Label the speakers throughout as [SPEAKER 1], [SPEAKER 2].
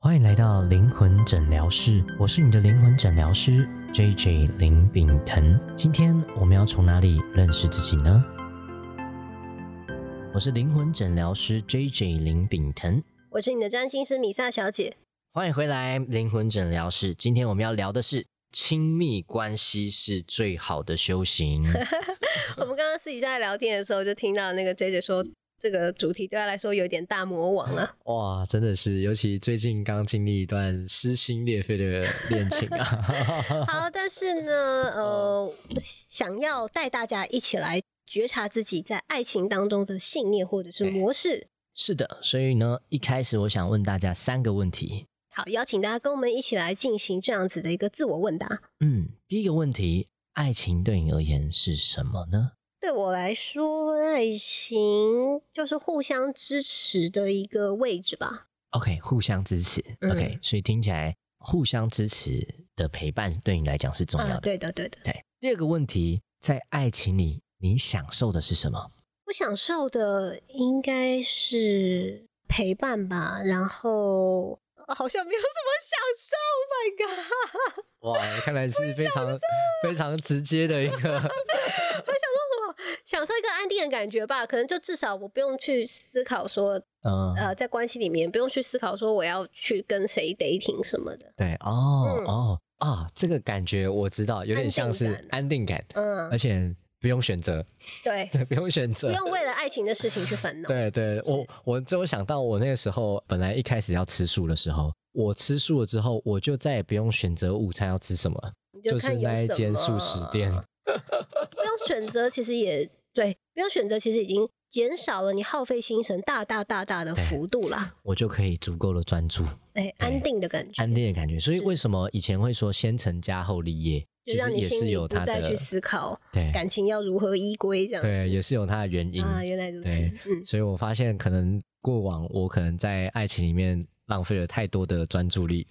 [SPEAKER 1] 欢迎来到灵魂诊疗室，我是你的灵魂诊疗师 J J 林炳腾。今天我们要从哪里认识自己呢？我是灵魂诊疗师 J J 林炳腾，
[SPEAKER 2] 我是你的占星师米萨小姐。
[SPEAKER 1] 欢迎回来灵魂诊疗室。今天我们要聊的是亲密关系是最好的修行。
[SPEAKER 2] 我们刚刚私底下聊天的时候，就听到那个 J J 说，这个主题对他来说有点大魔王啊。
[SPEAKER 1] 哇，真的是，尤其最近刚经历一段撕心裂肺的恋情 啊！
[SPEAKER 2] 好，但是呢，呃，想要带大家一起来觉察自己在爱情当中的信念或者是模式。
[SPEAKER 1] 是的，所以呢，一开始我想问大家三个问题。
[SPEAKER 2] 好，邀请大家跟我们一起来进行这样子的一个自我问答。
[SPEAKER 1] 嗯，第一个问题，爱情对你而言是什么呢？
[SPEAKER 2] 对我来说，爱情就是互相支持的一个位置吧。
[SPEAKER 1] OK，互相支持。
[SPEAKER 2] 嗯
[SPEAKER 1] OK，所以听起来互相支持的陪伴对你来讲是重要
[SPEAKER 2] 啊，
[SPEAKER 1] 的。
[SPEAKER 2] 对的，对的。
[SPEAKER 1] 对，第二个问题，在爱情里你享受的是什么？
[SPEAKER 2] 我享受的应该是陪伴吧，然后呃好像没有什么享受。Oh my god！
[SPEAKER 1] 哇，看来是非 常非常直接的一个。
[SPEAKER 2] 我享受什么？ 享受一个安定的感觉吧，可能就至少我不用去思考说，
[SPEAKER 1] 嗯，
[SPEAKER 2] 呃，在关系里面不用去思考说我要去跟谁 dating 什么的。
[SPEAKER 1] 对，哦、
[SPEAKER 2] 嗯
[SPEAKER 1] 哦啊，这个感觉我知道，有点像是安定感，
[SPEAKER 2] 嗯
[SPEAKER 1] 而，且不用选择，
[SPEAKER 2] 对，
[SPEAKER 1] 不用选择
[SPEAKER 2] 不。用为了爱情的事情去烦恼。
[SPEAKER 1] 对对，我我这我想到我那个时候，本来一开始要吃素的时候，我吃素了之后，我就再也不用选择午餐要吃什么，
[SPEAKER 2] 你
[SPEAKER 1] 就
[SPEAKER 2] 看
[SPEAKER 1] 是
[SPEAKER 2] 有
[SPEAKER 1] 那一
[SPEAKER 2] 什
[SPEAKER 1] 间
[SPEAKER 2] 么
[SPEAKER 1] 素食店。
[SPEAKER 2] 不用选择，其实也对，不用选择，其实已经减少了你耗费心神大大大大的幅度啦。
[SPEAKER 1] 我就可以足够的专注、
[SPEAKER 2] 哎，安定的感觉，
[SPEAKER 1] 安定的感觉。所以
[SPEAKER 2] 是
[SPEAKER 1] 为什么以前会说先成家后立业，
[SPEAKER 2] 就
[SPEAKER 1] 其
[SPEAKER 2] 让
[SPEAKER 1] 实
[SPEAKER 2] 你
[SPEAKER 1] 也
[SPEAKER 2] 心
[SPEAKER 1] 是
[SPEAKER 2] 里
[SPEAKER 1] 有
[SPEAKER 2] 不
[SPEAKER 1] 它
[SPEAKER 2] 再
[SPEAKER 1] 的
[SPEAKER 2] 去思考
[SPEAKER 1] 对
[SPEAKER 2] 感情要如何依归这样子。
[SPEAKER 1] 对，也是有它的原因。
[SPEAKER 2] 啊，原来如此
[SPEAKER 1] 对，
[SPEAKER 2] 嗯，
[SPEAKER 1] 所以我发现，可能过往我可能在爱情里面浪费了太多的专注力。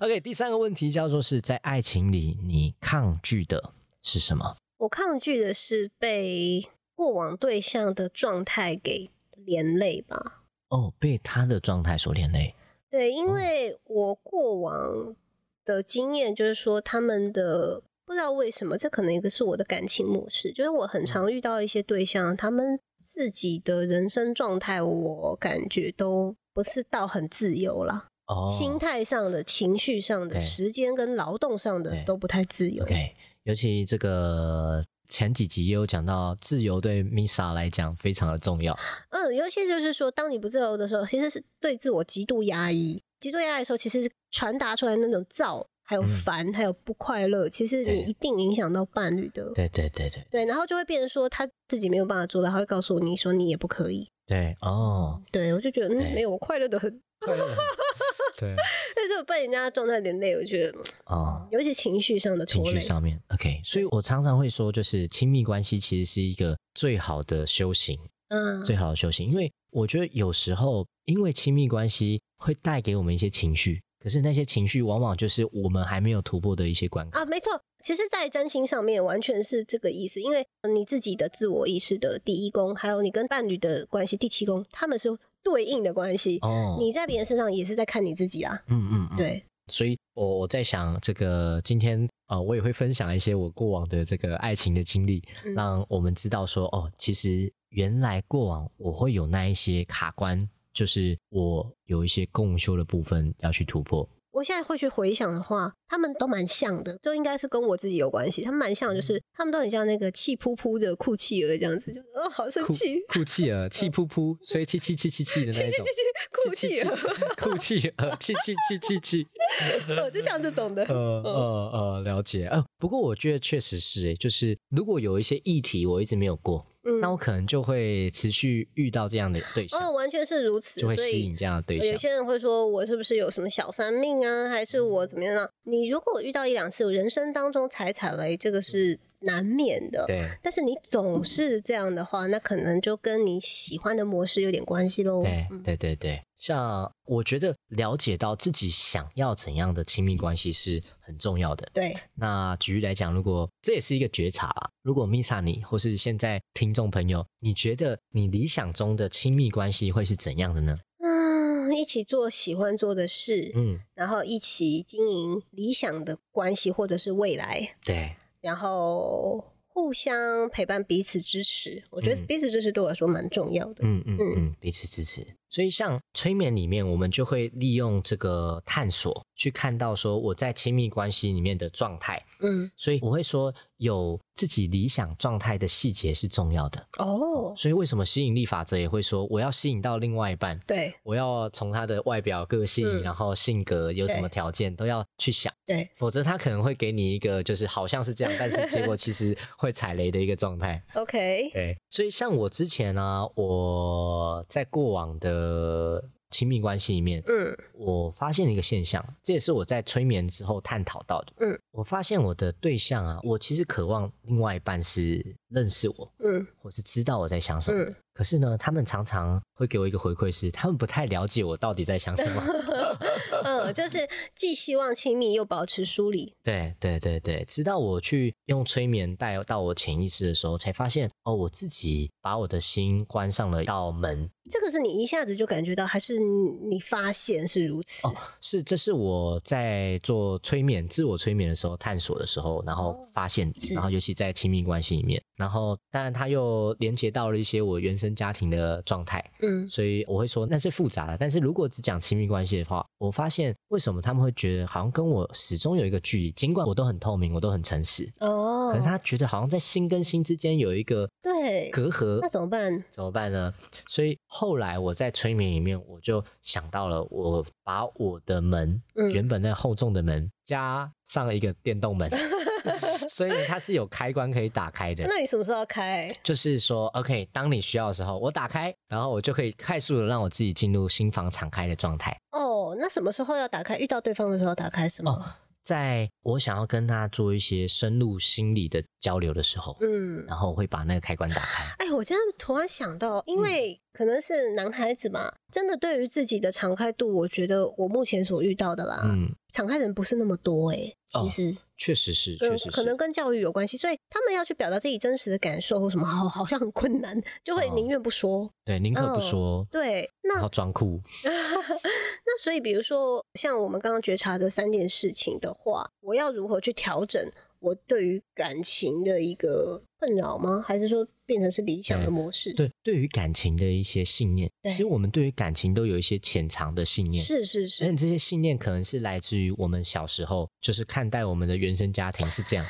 [SPEAKER 1] OK，第三个问题叫做是在爱情里你抗拒的是什么？
[SPEAKER 2] 我抗拒的是被过往对象的状态给连累吧。
[SPEAKER 1] 哦，被他的状态所连累。
[SPEAKER 2] 对，
[SPEAKER 1] 哦
[SPEAKER 2] 因为我过往的经验就是说，他们的不知道为什么，这可能一个是我的感情模式，就是我
[SPEAKER 1] 嗯
[SPEAKER 2] 很常遇到一些对象，他们自己的人生状态，我感觉都不是到很自由啦。
[SPEAKER 1] 哦
[SPEAKER 2] 心态上的、情绪上的、
[SPEAKER 1] 对
[SPEAKER 2] 时间跟劳动上
[SPEAKER 1] 对
[SPEAKER 2] 的都不太自由。
[SPEAKER 1] OK，尤其这个前几集也有讲到，自由对 Misa 来讲非常的重要。
[SPEAKER 2] 嗯，尤其就是说，当你不自由的时候，其实是对自我极度压抑。极度压抑的时候，其实传达出来那种躁、还有
[SPEAKER 1] 嗯
[SPEAKER 2] 烦、还有不快乐，其实
[SPEAKER 1] 对
[SPEAKER 2] 你一定影响到伴侣的。
[SPEAKER 1] 对对对对
[SPEAKER 2] 对，然后就会变成说他自己没有办法做到，他会告诉你说你也不可以。
[SPEAKER 1] 对， 哦，
[SPEAKER 2] 对我就觉得
[SPEAKER 1] 对
[SPEAKER 2] 嗯，没有，我快乐的很。
[SPEAKER 1] 对，
[SPEAKER 2] 但是我被人家状态连累，我觉得，嗯
[SPEAKER 1] 哦。
[SPEAKER 2] 尤其情绪上的
[SPEAKER 1] 情
[SPEAKER 2] 拖
[SPEAKER 1] 绪
[SPEAKER 2] 累。
[SPEAKER 1] 上面，OK，所以我常常会说，就是亲密关系其实是一个最好的修行，
[SPEAKER 2] 嗯，
[SPEAKER 1] 最好的修行，因为我觉得有时候因为亲密关系会带给我们一些情绪，可是那些情绪往往就是我们还没有突破的一些关卡。
[SPEAKER 2] 啊，没错，其实，在占星上面完全是这个意思，因为你自己的自我意识的第一宫，还有你跟伴侣的关系第七宫，他们是对应的关系。
[SPEAKER 1] 哦，
[SPEAKER 2] 啊你在别人身上也是在看你自己啊，
[SPEAKER 1] 嗯嗯嗯，
[SPEAKER 2] 对，
[SPEAKER 1] 所以我我在想，这个今天呃，我也会分享一些我过往的这个爱情的经历，
[SPEAKER 2] 嗯
[SPEAKER 1] 让我们知道说，哦，其实原来过往我会有那一些卡关，就是我有一些共修的部分要去突破。
[SPEAKER 2] 我现在会去回想的话，他们都蛮像的，就应该是跟我自己有关系。他们蛮像，就是他们都很像那个气扑扑的酷企鹅这样子，就哦，好生
[SPEAKER 1] 酷
[SPEAKER 2] 气，
[SPEAKER 1] 酷气儿，气噗噗，所以气气气气气的那一种，
[SPEAKER 2] 酷企鹅，
[SPEAKER 1] 酷气儿，气气气气气。
[SPEAKER 2] 哦就像这种
[SPEAKER 1] 呃
[SPEAKER 2] 的，
[SPEAKER 1] 呃呃，了解。呃，不过我觉得确实是，诶，就是如果有一些议题我一直没有过，
[SPEAKER 2] 嗯
[SPEAKER 1] 那，我可能就会持续遇到这样的对象，
[SPEAKER 2] 哦，完全是如此，
[SPEAKER 1] 就会
[SPEAKER 2] 所
[SPEAKER 1] 吸
[SPEAKER 2] 以
[SPEAKER 1] 引这样的对
[SPEAKER 2] 呃有
[SPEAKER 1] 象。
[SPEAKER 2] 些人会说我是不是有什么小三命啊，还是我
[SPEAKER 1] 嗯
[SPEAKER 2] 怎么样啊？你如果遇到一两次，人生当中踩踩雷，这个是难免的。
[SPEAKER 1] 嗯对
[SPEAKER 2] 但是你总是这样的话，那可能就跟你喜欢的模式有点关系喽。
[SPEAKER 1] 对
[SPEAKER 2] 嗯
[SPEAKER 1] 对对对，像我觉得了解到自己想要怎样的亲密关系是很重要的。
[SPEAKER 2] 对，
[SPEAKER 1] 那举例来讲，如果这也是一个觉察吧，如果 Misa 你或是现在听众朋友，你觉得你理想中的亲密关系会是怎样的呢？
[SPEAKER 2] 嗯，以起做喜欢做的事，
[SPEAKER 1] 嗯，
[SPEAKER 2] 然后一起经营理想的关系或者是未来，
[SPEAKER 1] 对，
[SPEAKER 2] 然后互相陪伴、彼此支持。我觉得
[SPEAKER 1] 嗯
[SPEAKER 2] 彼此支持对我来说蛮重要的。
[SPEAKER 1] 嗯嗯
[SPEAKER 2] 嗯
[SPEAKER 1] 嗯，彼此支持。所以像催眠里面，我们就会利用这个探索去看到说我在亲密关系里面的状态。
[SPEAKER 2] 嗯，
[SPEAKER 1] 所以我会说，有自己理想状态的细节是重要的。
[SPEAKER 2] 哦，
[SPEAKER 1] 所以为什么吸引力法则也会说，我要吸引到另外一半，
[SPEAKER 2] 对
[SPEAKER 1] 我要从他的外表、个性，
[SPEAKER 2] 嗯
[SPEAKER 1] 然后性格有什么
[SPEAKER 2] 对
[SPEAKER 1] 条件都要去想，
[SPEAKER 2] 对，
[SPEAKER 1] 否则他可能会给你一个就是好像是这样，但是结果其实 会踩雷的一个状态。
[SPEAKER 2] ，OK，
[SPEAKER 1] 对，所以像我之前呢、我在过往的亲密关系里面，
[SPEAKER 2] 嗯
[SPEAKER 1] 我发现了一个现象，这也是我在催眠之后探讨到的。
[SPEAKER 2] 嗯，
[SPEAKER 1] 我发现我的对象啊，我其实渴望另外一半是认识我，
[SPEAKER 2] 嗯
[SPEAKER 1] 或是知道我在想什么。
[SPEAKER 2] 嗯，
[SPEAKER 1] 可是呢，他们常常会给我一个回馈是，他们不太了解我到底在想 什么。
[SPEAKER 2] 嗯，就是既希望亲密又保持疏离。
[SPEAKER 1] 对对对对，直到我去用催眠带到我潜意识的时候，才发现哦，我自己把我的心关上了一道门。
[SPEAKER 2] 这个是你一下子就感觉到，还是你你发现是如此？
[SPEAKER 1] 哦是，这是我在做催眠、自我催眠的时候探索的时候，然后发现，
[SPEAKER 2] 哦是
[SPEAKER 1] 然后尤其在亲密关系里面，然后当然它又连接到了一些我原生家庭的状态，
[SPEAKER 2] 嗯
[SPEAKER 1] 所以我会说那是复杂的。但是如果只讲亲密关系的话，我发现为什么他们会觉得好像跟我始终有一个距离，尽管我都很透明，我都很诚实，可能
[SPEAKER 2] 哦，
[SPEAKER 1] 他觉得好像在心跟心之间有一个
[SPEAKER 2] 对，
[SPEAKER 1] 隔阂，
[SPEAKER 2] 那怎么办？
[SPEAKER 1] 怎么办呢？所以后来我在催眠里面，我就想到了，我把我的门、
[SPEAKER 2] 嗯
[SPEAKER 1] 原本那厚重的门加上一个电动 门，所以它是有开关可以打开的。
[SPEAKER 2] 那你什么时候要开？
[SPEAKER 1] 就是说，OK，当你需要的时候，我打开，然后我就可以快速的让我自己进入心房敞开的状态。
[SPEAKER 2] 哦，那什么时候要打开？遇到对方的时候要打开是吗？
[SPEAKER 1] 哦在我想要跟他做一些深入心理的交流的时候，
[SPEAKER 2] 嗯，
[SPEAKER 1] 然后我会把那个开关打开。
[SPEAKER 2] 哎，我这样突然想到，
[SPEAKER 1] 嗯
[SPEAKER 2] 因为可能是男孩子嘛，真的对于自己的敞开度，我觉得我目前所遇到的啦，
[SPEAKER 1] 嗯，
[SPEAKER 2] 敞开人不是那么多哎、
[SPEAKER 1] 哦
[SPEAKER 2] 其实，
[SPEAKER 1] 确实是，
[SPEAKER 2] 跟
[SPEAKER 1] 确实是，
[SPEAKER 2] 可能跟教育有关系，所以他们要去表达自己真实的感受或什么，好好像很困难，就会
[SPEAKER 1] 哦
[SPEAKER 2] 宁愿不说。
[SPEAKER 1] 对，宁可不
[SPEAKER 2] 哦
[SPEAKER 1] 说，
[SPEAKER 2] 对，
[SPEAKER 1] 然
[SPEAKER 2] 那
[SPEAKER 1] 后装酷。
[SPEAKER 2] 那所以，比如说像我们刚刚觉察的三件事情的话，我要如何去调整我对于感情的一个困扰吗？还是说变成是理想的模式？，
[SPEAKER 1] 哎对，对于感情的一些信念，其
[SPEAKER 2] 对
[SPEAKER 1] 实我们对于感情都有一些潜藏的信念。
[SPEAKER 2] 是是
[SPEAKER 1] 而且
[SPEAKER 2] 是，
[SPEAKER 1] 这些信念可能是来自于我们小时候，就是看待我们的原生家庭是这 样。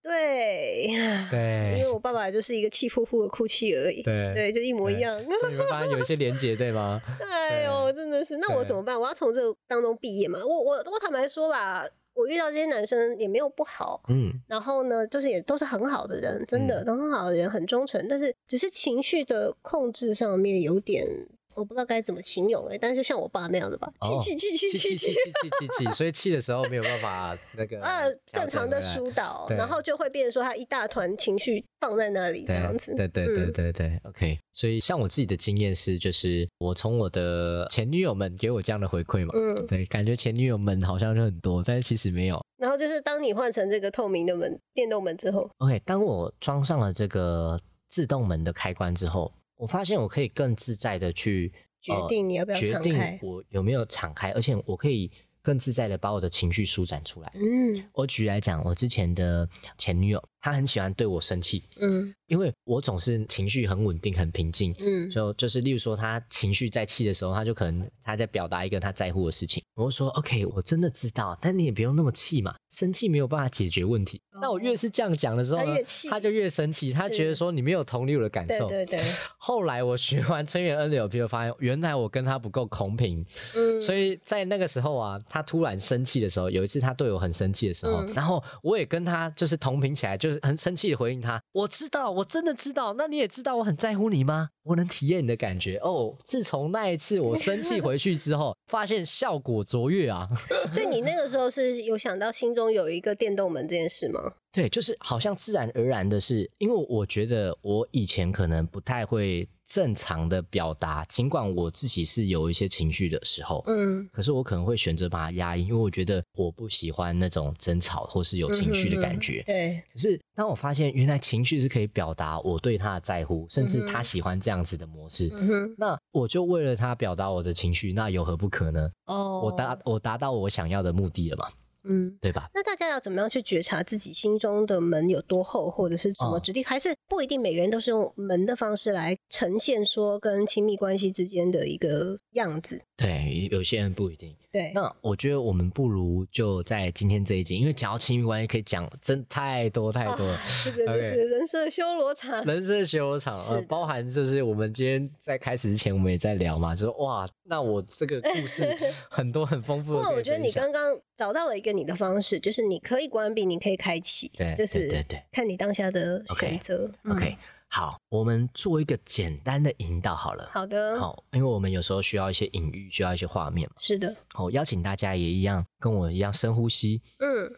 [SPEAKER 2] 对， 因
[SPEAKER 1] 对
[SPEAKER 2] 为我爸爸就是一个气呼呼的哭泣而已，
[SPEAKER 1] 哎对哎
[SPEAKER 2] 对，就一模一样。
[SPEAKER 1] 所以你会发现有一些连结，对吗？
[SPEAKER 2] 哎呦，真的是，那我
[SPEAKER 1] 对
[SPEAKER 2] 怎么办？我要从这个当中毕业吗？我我我坦白说啦，我遇到这些男生也没有不好，
[SPEAKER 1] 嗯，
[SPEAKER 2] 然后呢，就是也都是很好的人，真的、
[SPEAKER 1] 嗯
[SPEAKER 2] 都很好的人，很忠诚，但是只是情绪的控制上面有点，我不知道该怎么形容哎、但是像我爸那样的吧，
[SPEAKER 1] 哦
[SPEAKER 2] 气气气
[SPEAKER 1] 气气
[SPEAKER 2] 气气
[SPEAKER 1] 气气
[SPEAKER 2] 气，
[SPEAKER 1] 气气气，所以气的时候没有办法那个
[SPEAKER 2] 呃，
[SPEAKER 1] 调
[SPEAKER 2] 正
[SPEAKER 1] 整
[SPEAKER 2] 常的
[SPEAKER 1] 回来
[SPEAKER 2] 疏导，
[SPEAKER 1] 对
[SPEAKER 2] 然后就会变成说他一大团情绪放在那里这
[SPEAKER 1] 对
[SPEAKER 2] 样子，
[SPEAKER 1] 对对对
[SPEAKER 2] 嗯
[SPEAKER 1] 对对、o k 所以像我自己的经验是，就是我从我的前女友们给我这样的回馈嘛，
[SPEAKER 2] 嗯
[SPEAKER 1] 对，感觉前女友们好像就很多，但是其实没有。
[SPEAKER 2] 然后就是当你换成这个透明的门、电动门之后，
[SPEAKER 1] OK，当我装上了这个自动门的开关之后，我发现我可以更自在的去
[SPEAKER 2] 决定你要不
[SPEAKER 1] 呃、
[SPEAKER 2] 要
[SPEAKER 1] 决
[SPEAKER 2] 敞
[SPEAKER 1] 定
[SPEAKER 2] 开，
[SPEAKER 1] 我有没有敞开，而且我可以更自在的把我的情绪舒展出来。
[SPEAKER 2] 嗯
[SPEAKER 1] 我举例来讲，我之前的前女友，她很喜欢对我生气，
[SPEAKER 2] 嗯
[SPEAKER 1] 因为我总是情绪很稳定、很平静。
[SPEAKER 2] 嗯
[SPEAKER 1] 就就是，例如说，她情绪在气的时候，她就可能她在表达一个她在乎的事情。我就说，OK，我真的知道，但你也不用那么气嘛，生气没有办法解决问题。那我越是这样讲的时候
[SPEAKER 2] 哦他
[SPEAKER 1] 呢
[SPEAKER 2] 越，气
[SPEAKER 1] 他就越生气，他觉得说你没有同理我的感
[SPEAKER 2] 对
[SPEAKER 1] 受。
[SPEAKER 2] 对对，
[SPEAKER 1] 后来我学完 催眠 NLP，我发现原来我跟他不够同频，
[SPEAKER 2] 嗯，
[SPEAKER 1] 所以在那个时候啊，他突然生气的时候，有一次他对我很生气的时候，
[SPEAKER 2] 嗯
[SPEAKER 1] 然后我也跟他就是同频起来，就是很生气的回应他，我知道，我真的知道，那你也知道我很在乎你吗？我能体验你的感觉哦。自从那一次我生气回去之后，发现效果卓越啊。
[SPEAKER 2] 所以你那个时候是有想到心中有一个电动门这件事吗？
[SPEAKER 1] 对，就是好像自然而然的是，因为我觉得我以前可能不太会正常的表达，尽管我自己是有一些情绪的时候，
[SPEAKER 2] 嗯
[SPEAKER 1] 可是我可能会选择把它压抑，因为我觉得我不喜欢那种争吵或是
[SPEAKER 2] 嗯
[SPEAKER 1] 有情绪的感觉。
[SPEAKER 2] 对，
[SPEAKER 1] 可是当我发现原来情绪是可以表达我对他的在乎，甚至他喜欢这样子的模式，
[SPEAKER 2] 嗯哼，
[SPEAKER 1] 那我就为了他表达我的情绪，那有何不可呢？
[SPEAKER 2] 哦，
[SPEAKER 1] 我达我达到我想要的目的了嘛，
[SPEAKER 2] 嗯。
[SPEAKER 1] 对吧？
[SPEAKER 2] 那大家要怎么样去觉察自己心中的门有多厚，或者是什么
[SPEAKER 1] 嗯
[SPEAKER 2] 质地？还是不一定每个人都是用门的方式来呈现说跟亲密关系之间的一个样子？
[SPEAKER 1] 对，有些人不一定。
[SPEAKER 2] 对，
[SPEAKER 1] 那我觉得我们不如就在今天这一集，因为讲到亲密关系可以讲真太多太多了。
[SPEAKER 2] 啊这个就
[SPEAKER 1] OK
[SPEAKER 2] 是人生的修罗 场。
[SPEAKER 1] 人生修罗场，
[SPEAKER 2] 是
[SPEAKER 1] 呃，
[SPEAKER 2] 的
[SPEAKER 1] 包含就是我们今天在开始之前，我们也在聊嘛，就说哇，那我这个故 事很多很丰富
[SPEAKER 2] 不
[SPEAKER 1] 的
[SPEAKER 2] 过
[SPEAKER 1] 可以分享。
[SPEAKER 2] 我觉得你刚刚找到了一个你的方式，就是你可以关闭，你可以开启，
[SPEAKER 1] 对
[SPEAKER 2] 就
[SPEAKER 1] 对对
[SPEAKER 2] 是
[SPEAKER 1] 对
[SPEAKER 2] 看你当下的
[SPEAKER 1] OK，
[SPEAKER 2] 选择。嗯
[SPEAKER 1] OK，好，我们做一个简单的引导好了。
[SPEAKER 2] 好的，
[SPEAKER 1] 好，因为我们有时候需要一些隐喻，需要一些画面嘛。
[SPEAKER 2] 是的，
[SPEAKER 1] 好，邀请大家也一样，跟我一样深呼吸，
[SPEAKER 2] 嗯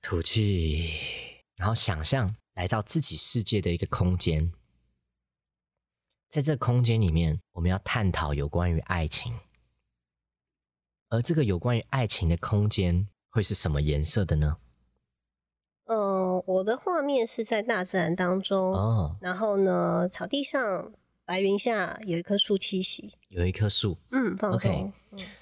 [SPEAKER 1] 吐气，然后想象来到自己世界的一个空间，在这空间里面，我们要探讨有关于爱情，而这个有关于爱情的空间会是什么颜色的呢？
[SPEAKER 2] 嗯，我的画面是在大自然当中，
[SPEAKER 1] 哦，
[SPEAKER 2] 然后呢，草地上白云下有一棵树栖息，
[SPEAKER 1] 有一棵树，
[SPEAKER 2] 嗯，放
[SPEAKER 1] OK
[SPEAKER 2] 松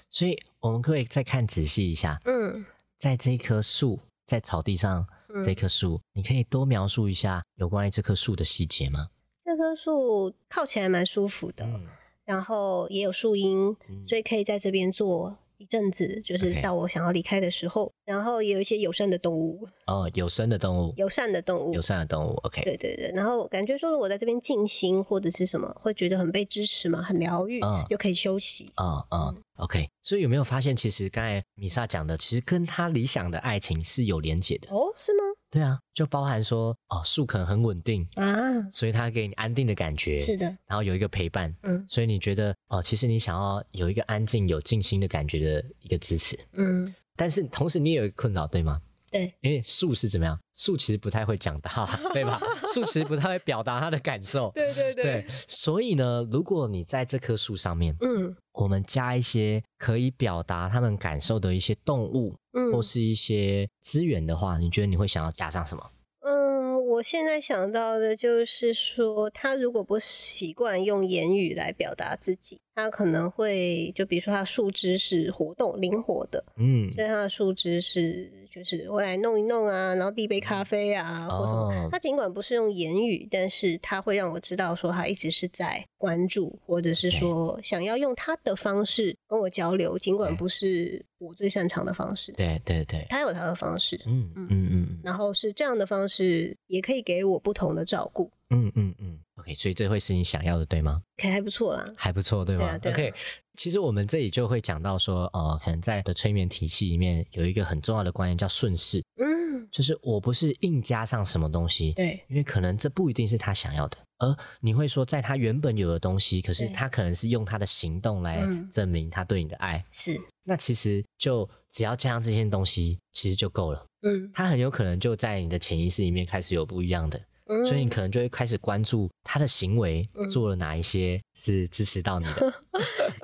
[SPEAKER 1] 所以我们可不可以再看仔细一下，
[SPEAKER 2] 嗯
[SPEAKER 1] 在这棵树，在草地上
[SPEAKER 2] 嗯，
[SPEAKER 1] 这棵树，你可以多描述一下有关于这棵树的细节吗？
[SPEAKER 2] 这棵树靠起来蛮舒服的，
[SPEAKER 1] 嗯
[SPEAKER 2] 然后也有树荫，所以可以在这边坐一阵子，就是
[SPEAKER 1] OK
[SPEAKER 2] 到我想要离开的时候。然后也有一些友善的动物，
[SPEAKER 1] 哦，有生的动物，
[SPEAKER 2] 友善的动物
[SPEAKER 1] 友，善的动物，OK，
[SPEAKER 2] 对对对。然后感觉说，我在这边静心或者是什么，会觉得很被支持嘛，很疗愈，
[SPEAKER 1] 嗯
[SPEAKER 2] 又可以休息。
[SPEAKER 1] 啊啊、o
[SPEAKER 2] 嗯
[SPEAKER 1] k 所以有没有发现，其实刚才米莎讲的，其实跟她理想的爱情是有连结的。
[SPEAKER 2] 哦，是吗？
[SPEAKER 1] 对啊，就包含说，哦，树可能很稳定，
[SPEAKER 2] 啊，
[SPEAKER 1] 所以它给你安定的感觉，
[SPEAKER 2] 是的，
[SPEAKER 1] 然后有一个陪伴，
[SPEAKER 2] 嗯
[SPEAKER 1] 所以你觉得，哦，其实你想要有一个安静、有静心的感觉的一个支持，
[SPEAKER 2] 嗯，
[SPEAKER 1] 但是同时你也有一个困扰，对吗？
[SPEAKER 2] 对，
[SPEAKER 1] 因为树是怎么样？树其实不太会讲话，对吧？树其实不太会表达它的感受，
[SPEAKER 2] 对对 对
[SPEAKER 1] 对，所以呢，如果你在这棵树上面，
[SPEAKER 2] 嗯
[SPEAKER 1] 我们加一些可以表达他们感受的一些动物
[SPEAKER 2] 嗯
[SPEAKER 1] 或是一些资源的话，你觉得你会想要加上什么？
[SPEAKER 2] 嗯，我现在想到的就是说，他如果不习惯用言语来表达自己，他可能会就比如说，他树枝是活动灵活的，
[SPEAKER 1] 嗯，
[SPEAKER 2] 所以他的树枝是就是我来弄一弄啊，然后递杯咖啡啊，或什
[SPEAKER 1] 嗯
[SPEAKER 2] 么。
[SPEAKER 1] 哦
[SPEAKER 2] 他尽管不是用言语，但是他会让我知道说他一直是在关注，或者是说想要用他的方式跟我交流，尽管
[SPEAKER 1] 对
[SPEAKER 2] 不是我最擅长的方式，
[SPEAKER 1] 对对对，
[SPEAKER 2] 他有他的方式。
[SPEAKER 1] 嗯嗯嗯
[SPEAKER 2] 然后是这样的方式，也可以给我不同的照顾，
[SPEAKER 1] 嗯嗯嗯，OK，所以这会是你想要的，对吗？
[SPEAKER 2] 可还不错啦。
[SPEAKER 1] 还不错，对吗
[SPEAKER 2] 对啊对啊
[SPEAKER 1] o k 其实我们这里就会讲到说，呃，可能在的催眠体系里面有一个很重要的观念叫顺势，
[SPEAKER 2] 嗯，
[SPEAKER 1] 就是我不是硬加上什么东西，
[SPEAKER 2] 对，
[SPEAKER 1] 因为可能这不一定是他想要的，而你会说，在他原本有的东西，可是
[SPEAKER 2] 对
[SPEAKER 1] 他可能是用他的行动来
[SPEAKER 2] 嗯
[SPEAKER 1] 证明他对你的爱。
[SPEAKER 2] 是，
[SPEAKER 1] 那其实就只要加上这些东西，其实就够了。
[SPEAKER 2] 嗯，
[SPEAKER 1] 他很有可能就在你的潜意识里面开始有不一样的，
[SPEAKER 2] 嗯
[SPEAKER 1] 所以你可能就会开始关注他的行为
[SPEAKER 2] 嗯
[SPEAKER 1] 做了哪一些是支持到你 的。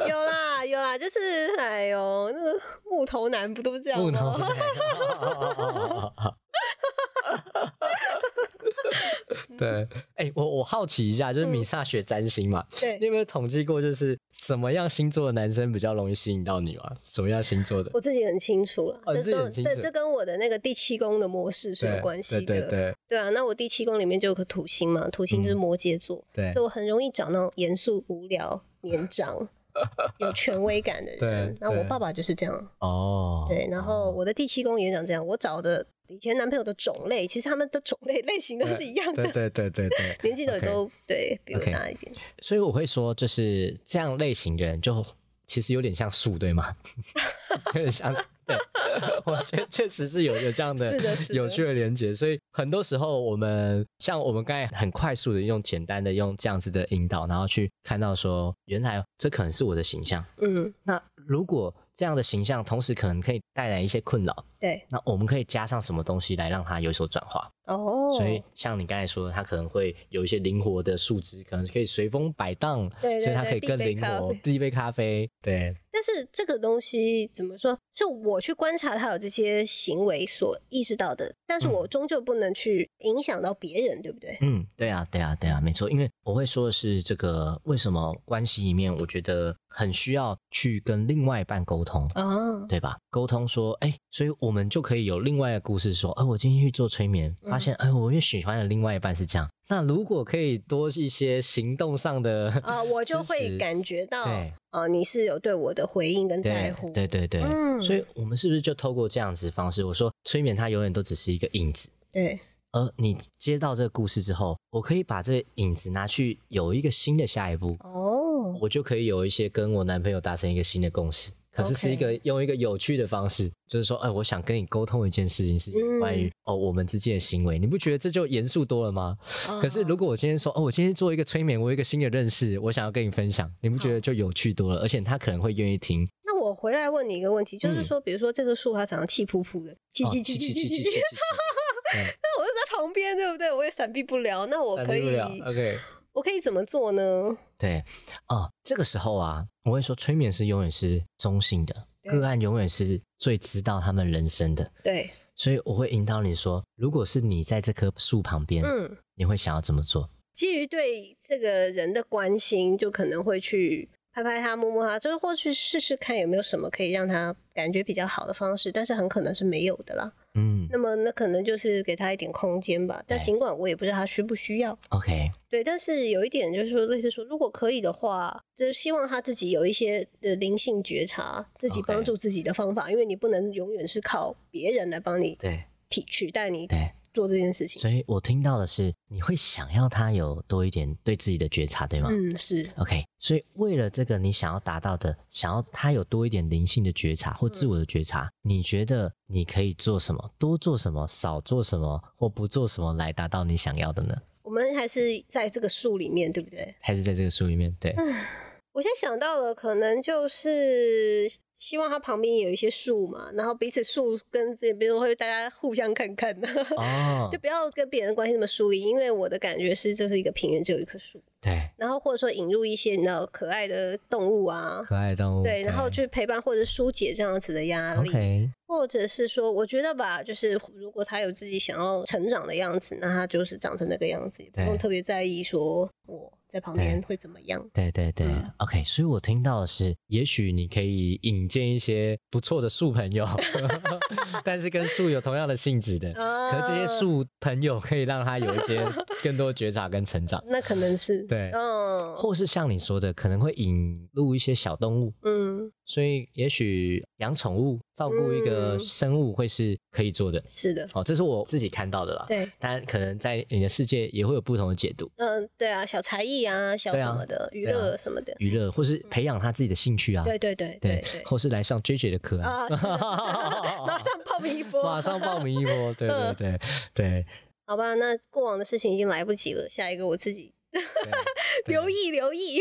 [SPEAKER 2] 有啦有啦，就是哎呦，那个 木头男不都这样
[SPEAKER 1] 木头
[SPEAKER 2] 吗？
[SPEAKER 1] 对，哎、我我好奇一下，就是
[SPEAKER 2] 嗯
[SPEAKER 1] 米萨学占星嘛，你
[SPEAKER 2] 对，
[SPEAKER 1] 有没有统计过，就是什么样星座的男生比较容易吸引到你吗？什么样星座的？
[SPEAKER 2] 我自己很清楚了，
[SPEAKER 1] 哦你
[SPEAKER 2] 这
[SPEAKER 1] 自己
[SPEAKER 2] 跟
[SPEAKER 1] 很清楚
[SPEAKER 2] 对这跟我的那个第七宫的模式 是有
[SPEAKER 1] 对
[SPEAKER 2] 关系的。
[SPEAKER 1] 对对对
[SPEAKER 2] 对啊，那我第七宫里面就有个土星嘛，土星就是
[SPEAKER 1] 嗯
[SPEAKER 2] 摩羯座，
[SPEAKER 1] 对
[SPEAKER 2] 所以我很容易找那种严肃、无聊、年 长、有权威感的人
[SPEAKER 1] 对。
[SPEAKER 2] 那我
[SPEAKER 1] 对
[SPEAKER 2] 爸爸就是这样。
[SPEAKER 1] 哦，
[SPEAKER 2] 对，然后我的第七宫也长这样，我找的以前男朋友的种类，其实他们的种类 类型都是一样
[SPEAKER 1] 对
[SPEAKER 2] 的，
[SPEAKER 1] 对对对 对，
[SPEAKER 2] 年纪的
[SPEAKER 1] OK
[SPEAKER 2] 都对比我
[SPEAKER 1] OK
[SPEAKER 2] 大一点。
[SPEAKER 1] 所以我会说，就是这样类型的人，就其实有点像树，对吗？ 有点像，对，我确确实是有有这样
[SPEAKER 2] 是
[SPEAKER 1] 的
[SPEAKER 2] 的是的
[SPEAKER 1] 有趣的连接。所以很多时候，我们像我们刚才很快速的用简单的用这样子 的引导，然后去看到说，原来这可能是我的形象。
[SPEAKER 2] 嗯
[SPEAKER 1] 那如果这样的形象，同时可能可以带来一些困扰。
[SPEAKER 2] 对，
[SPEAKER 1] 那我们可以加上什么东西来让它有所转化？
[SPEAKER 2] 哦，
[SPEAKER 1] 所以像你刚才说的，它可能会有一些灵活的树枝，可能可以随风摆荡，
[SPEAKER 2] 对对
[SPEAKER 1] 所以它
[SPEAKER 2] 对
[SPEAKER 1] 可以
[SPEAKER 2] 递
[SPEAKER 1] 更
[SPEAKER 2] 杯
[SPEAKER 1] 灵
[SPEAKER 2] 咖
[SPEAKER 1] 活
[SPEAKER 2] 啡。
[SPEAKER 1] 第一杯咖啡，对，
[SPEAKER 2] 但是这个东西怎么说？是我去观察他有这些行为所意识到的，但是我终究不能去影响到别人，对不对？
[SPEAKER 1] 嗯，对啊，对啊，对啊，没错。因为我会说的是，这个为什么关系里面，我觉得很需要去跟另外一半沟通。
[SPEAKER 2] 啊，
[SPEAKER 1] 对吧？沟通说，哎、所以我们就可以有另外一个故事说，哎、我今天去做催眠，
[SPEAKER 2] 嗯
[SPEAKER 1] 发现，哎、我越喜欢的另外一半是这样。那如果可以多一些行动上的
[SPEAKER 2] 啊，我就
[SPEAKER 1] 支持
[SPEAKER 2] 会感觉到
[SPEAKER 1] 对，
[SPEAKER 2] 啊，你是有对我的回应跟在乎，
[SPEAKER 1] 对对对对，
[SPEAKER 2] 嗯
[SPEAKER 1] 所以我们是不是就透过这样子的方式？我说催眠它永远都只是一个影子，
[SPEAKER 2] 对
[SPEAKER 1] 而你接到这个故事之后，我可以把这个影子拿去有一个新的下一步，
[SPEAKER 2] 哦，
[SPEAKER 1] 我就可以有一些跟我男朋友达成一个新的共识。可是
[SPEAKER 2] OK
[SPEAKER 1] 是一个用一个有趣的方式，就是说，哎、我想跟你沟通一件事情，是
[SPEAKER 2] 嗯
[SPEAKER 1] 关于、哦我们之间的行为，你不觉得这就严肃多了吗？
[SPEAKER 2] 啊
[SPEAKER 1] 可是如果我今天说，哦，我今天做一个催眠，我有一个新的认识，我想要跟你分享，你不觉得就有趣多了？而且他可能会愿意 听，
[SPEAKER 2] 那我回来问你一个问题，就是
[SPEAKER 1] 嗯
[SPEAKER 2] 说，比如说这个树它长得气扑扑的，气
[SPEAKER 1] 哦
[SPEAKER 2] 气气气气气气，那我就在旁边，对不对？我也闪避不了，那我可
[SPEAKER 1] 闪避不
[SPEAKER 2] 以
[SPEAKER 1] 了 OK，
[SPEAKER 2] 我可以怎么做呢？
[SPEAKER 1] 对，哦，这个时候啊，我会说催眠师永远是中性的，
[SPEAKER 2] 对
[SPEAKER 1] 个案永远是最知道他们人生的，
[SPEAKER 2] 对，
[SPEAKER 1] 所以我会引导你说，如果是你在这棵树旁边，
[SPEAKER 2] 嗯，
[SPEAKER 1] 你会想要怎么做？
[SPEAKER 2] 基于对这个人的关心，就可能会去拍拍他、摸摸他，就是或去试试看有没有什么可以让他感觉比较好的方式，但是很可能是没有的啦。
[SPEAKER 1] 嗯
[SPEAKER 2] 那么那可能就是给他一点空间吧。但
[SPEAKER 1] 对
[SPEAKER 2] 尽管我也不知道他需不需要，
[SPEAKER 1] ，OK，
[SPEAKER 2] 对，但是有一点就是说，类似说，如果可以的话，就是希望他自己有一些的灵性觉察，自己
[SPEAKER 1] OK
[SPEAKER 2] 帮助自己的方法因为你不能永远是靠别人来帮你
[SPEAKER 1] 对
[SPEAKER 2] 替取代你
[SPEAKER 1] 对，
[SPEAKER 2] 做这件事情。
[SPEAKER 1] 所以我听到的是，你会想要他有多一点对自己的觉察，对吗？
[SPEAKER 2] 嗯，是
[SPEAKER 1] OK，所以为了这个你想要达到的，想要他有多一点灵性的觉察或自我
[SPEAKER 2] 嗯
[SPEAKER 1] 的觉察，你觉得你可以做什么？多做什么？少做什么？或不做什么来达到你想要的呢？
[SPEAKER 2] 我们还是在这个树里面，对不对？
[SPEAKER 1] 还是在这个书里面？对，
[SPEAKER 2] 我现在想到了，可能就是希望它旁边有一些树嘛，然后彼此树跟这边会大家互相看看的，
[SPEAKER 1] 哦
[SPEAKER 2] 嗯就，不要跟别人的关系那么疏离，因为我的感觉是这是一个平原，只有一棵树，
[SPEAKER 1] 对，
[SPEAKER 2] 然后或者说引入一些你知道可爱的动物啊。
[SPEAKER 1] 可爱的动物，
[SPEAKER 2] 对，然后去陪伴或者疏解这样子的压力
[SPEAKER 1] OK，
[SPEAKER 2] 或者是说，我觉得吧，就是如果他有自己想要成长的样子，那他就是长成那个样子，也不
[SPEAKER 1] 对
[SPEAKER 2] 用特别在意说我在旁边
[SPEAKER 1] 对
[SPEAKER 2] 会怎么样。
[SPEAKER 1] 对对对、
[SPEAKER 2] 嗯
[SPEAKER 1] o k 所以我听到的是，也许你可以引荐一些不错的树朋 友，但是跟树有同样的性质的，可
[SPEAKER 2] 可
[SPEAKER 1] 是这些树朋友可以让他有一 些更多觉察跟成长，
[SPEAKER 2] 那可能是
[SPEAKER 1] 对
[SPEAKER 2] 嗯
[SPEAKER 1] 或是像你说的，可能会引入一些小动物，
[SPEAKER 2] 嗯，
[SPEAKER 1] 所以也许养宠物、照顾一个
[SPEAKER 2] 嗯
[SPEAKER 1] 生物会是可以做的。
[SPEAKER 2] 是的，
[SPEAKER 1] 哦，这是我自己看到的啦。
[SPEAKER 2] 对，
[SPEAKER 1] 当然，可能在你的世界也会有不同的解读。
[SPEAKER 2] 嗯，对啊，小才艺啊，小
[SPEAKER 1] 对啊
[SPEAKER 2] 什么的，娱
[SPEAKER 1] 对啊
[SPEAKER 2] 乐什么的，
[SPEAKER 1] 娱乐，或是培养他自己的兴趣啊，
[SPEAKER 2] 对对对对对
[SPEAKER 1] 或是来上 J J 的课啊，
[SPEAKER 2] 啊，是的，是 的 马上嗯报名一波，
[SPEAKER 1] 马上报名一波，对对对 对，
[SPEAKER 2] 好吧，那过往的事情已经来不及了，下一个我自己
[SPEAKER 1] 对啊
[SPEAKER 2] 留意留意。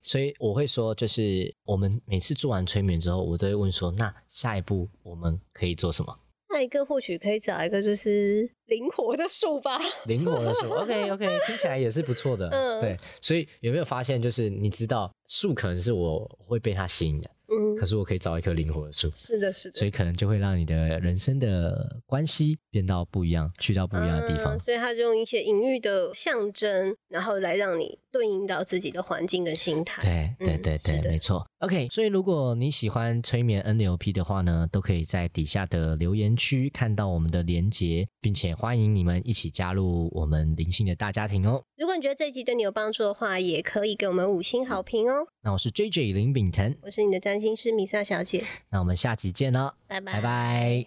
[SPEAKER 1] 所以我会说，就是我们每次做完催眠之后，我都会问说，那下一步我们可以做什么？
[SPEAKER 2] 那一个或许可以找一个就是灵活的树吧，
[SPEAKER 1] 灵活的 说，OK OK，听起来也是不错的，
[SPEAKER 2] 嗯
[SPEAKER 1] 对。所以有没有发现，就是你知道树可能是我会被它吸引的，
[SPEAKER 2] 嗯，
[SPEAKER 1] 可是我可以找一棵灵活的树，
[SPEAKER 2] 是的，是的
[SPEAKER 1] 所。以可能就会让你的人生的关系变到不一样，去到不一样的地方
[SPEAKER 2] 啊，。所以他就用一些隐喻的象征，然后来让你对应到自己的环境跟心态。
[SPEAKER 1] 对
[SPEAKER 2] 嗯
[SPEAKER 1] 对对对，
[SPEAKER 2] 是的
[SPEAKER 1] 没错。OK，所以如果你喜欢催眠 NLP 的话呢，都可以在底下的留言区看到我们的连结，并且欢迎你们一起加入我们灵性的大家庭哦。
[SPEAKER 2] 如果你觉得这一集对你有帮助的话，也可以给我们五星好评哦。
[SPEAKER 1] 那我是 JJ 林炳腾，
[SPEAKER 2] 我是你的占星师米萨小姐，
[SPEAKER 1] 那我们下集见啦，
[SPEAKER 2] 拜拜。
[SPEAKER 1] 拜拜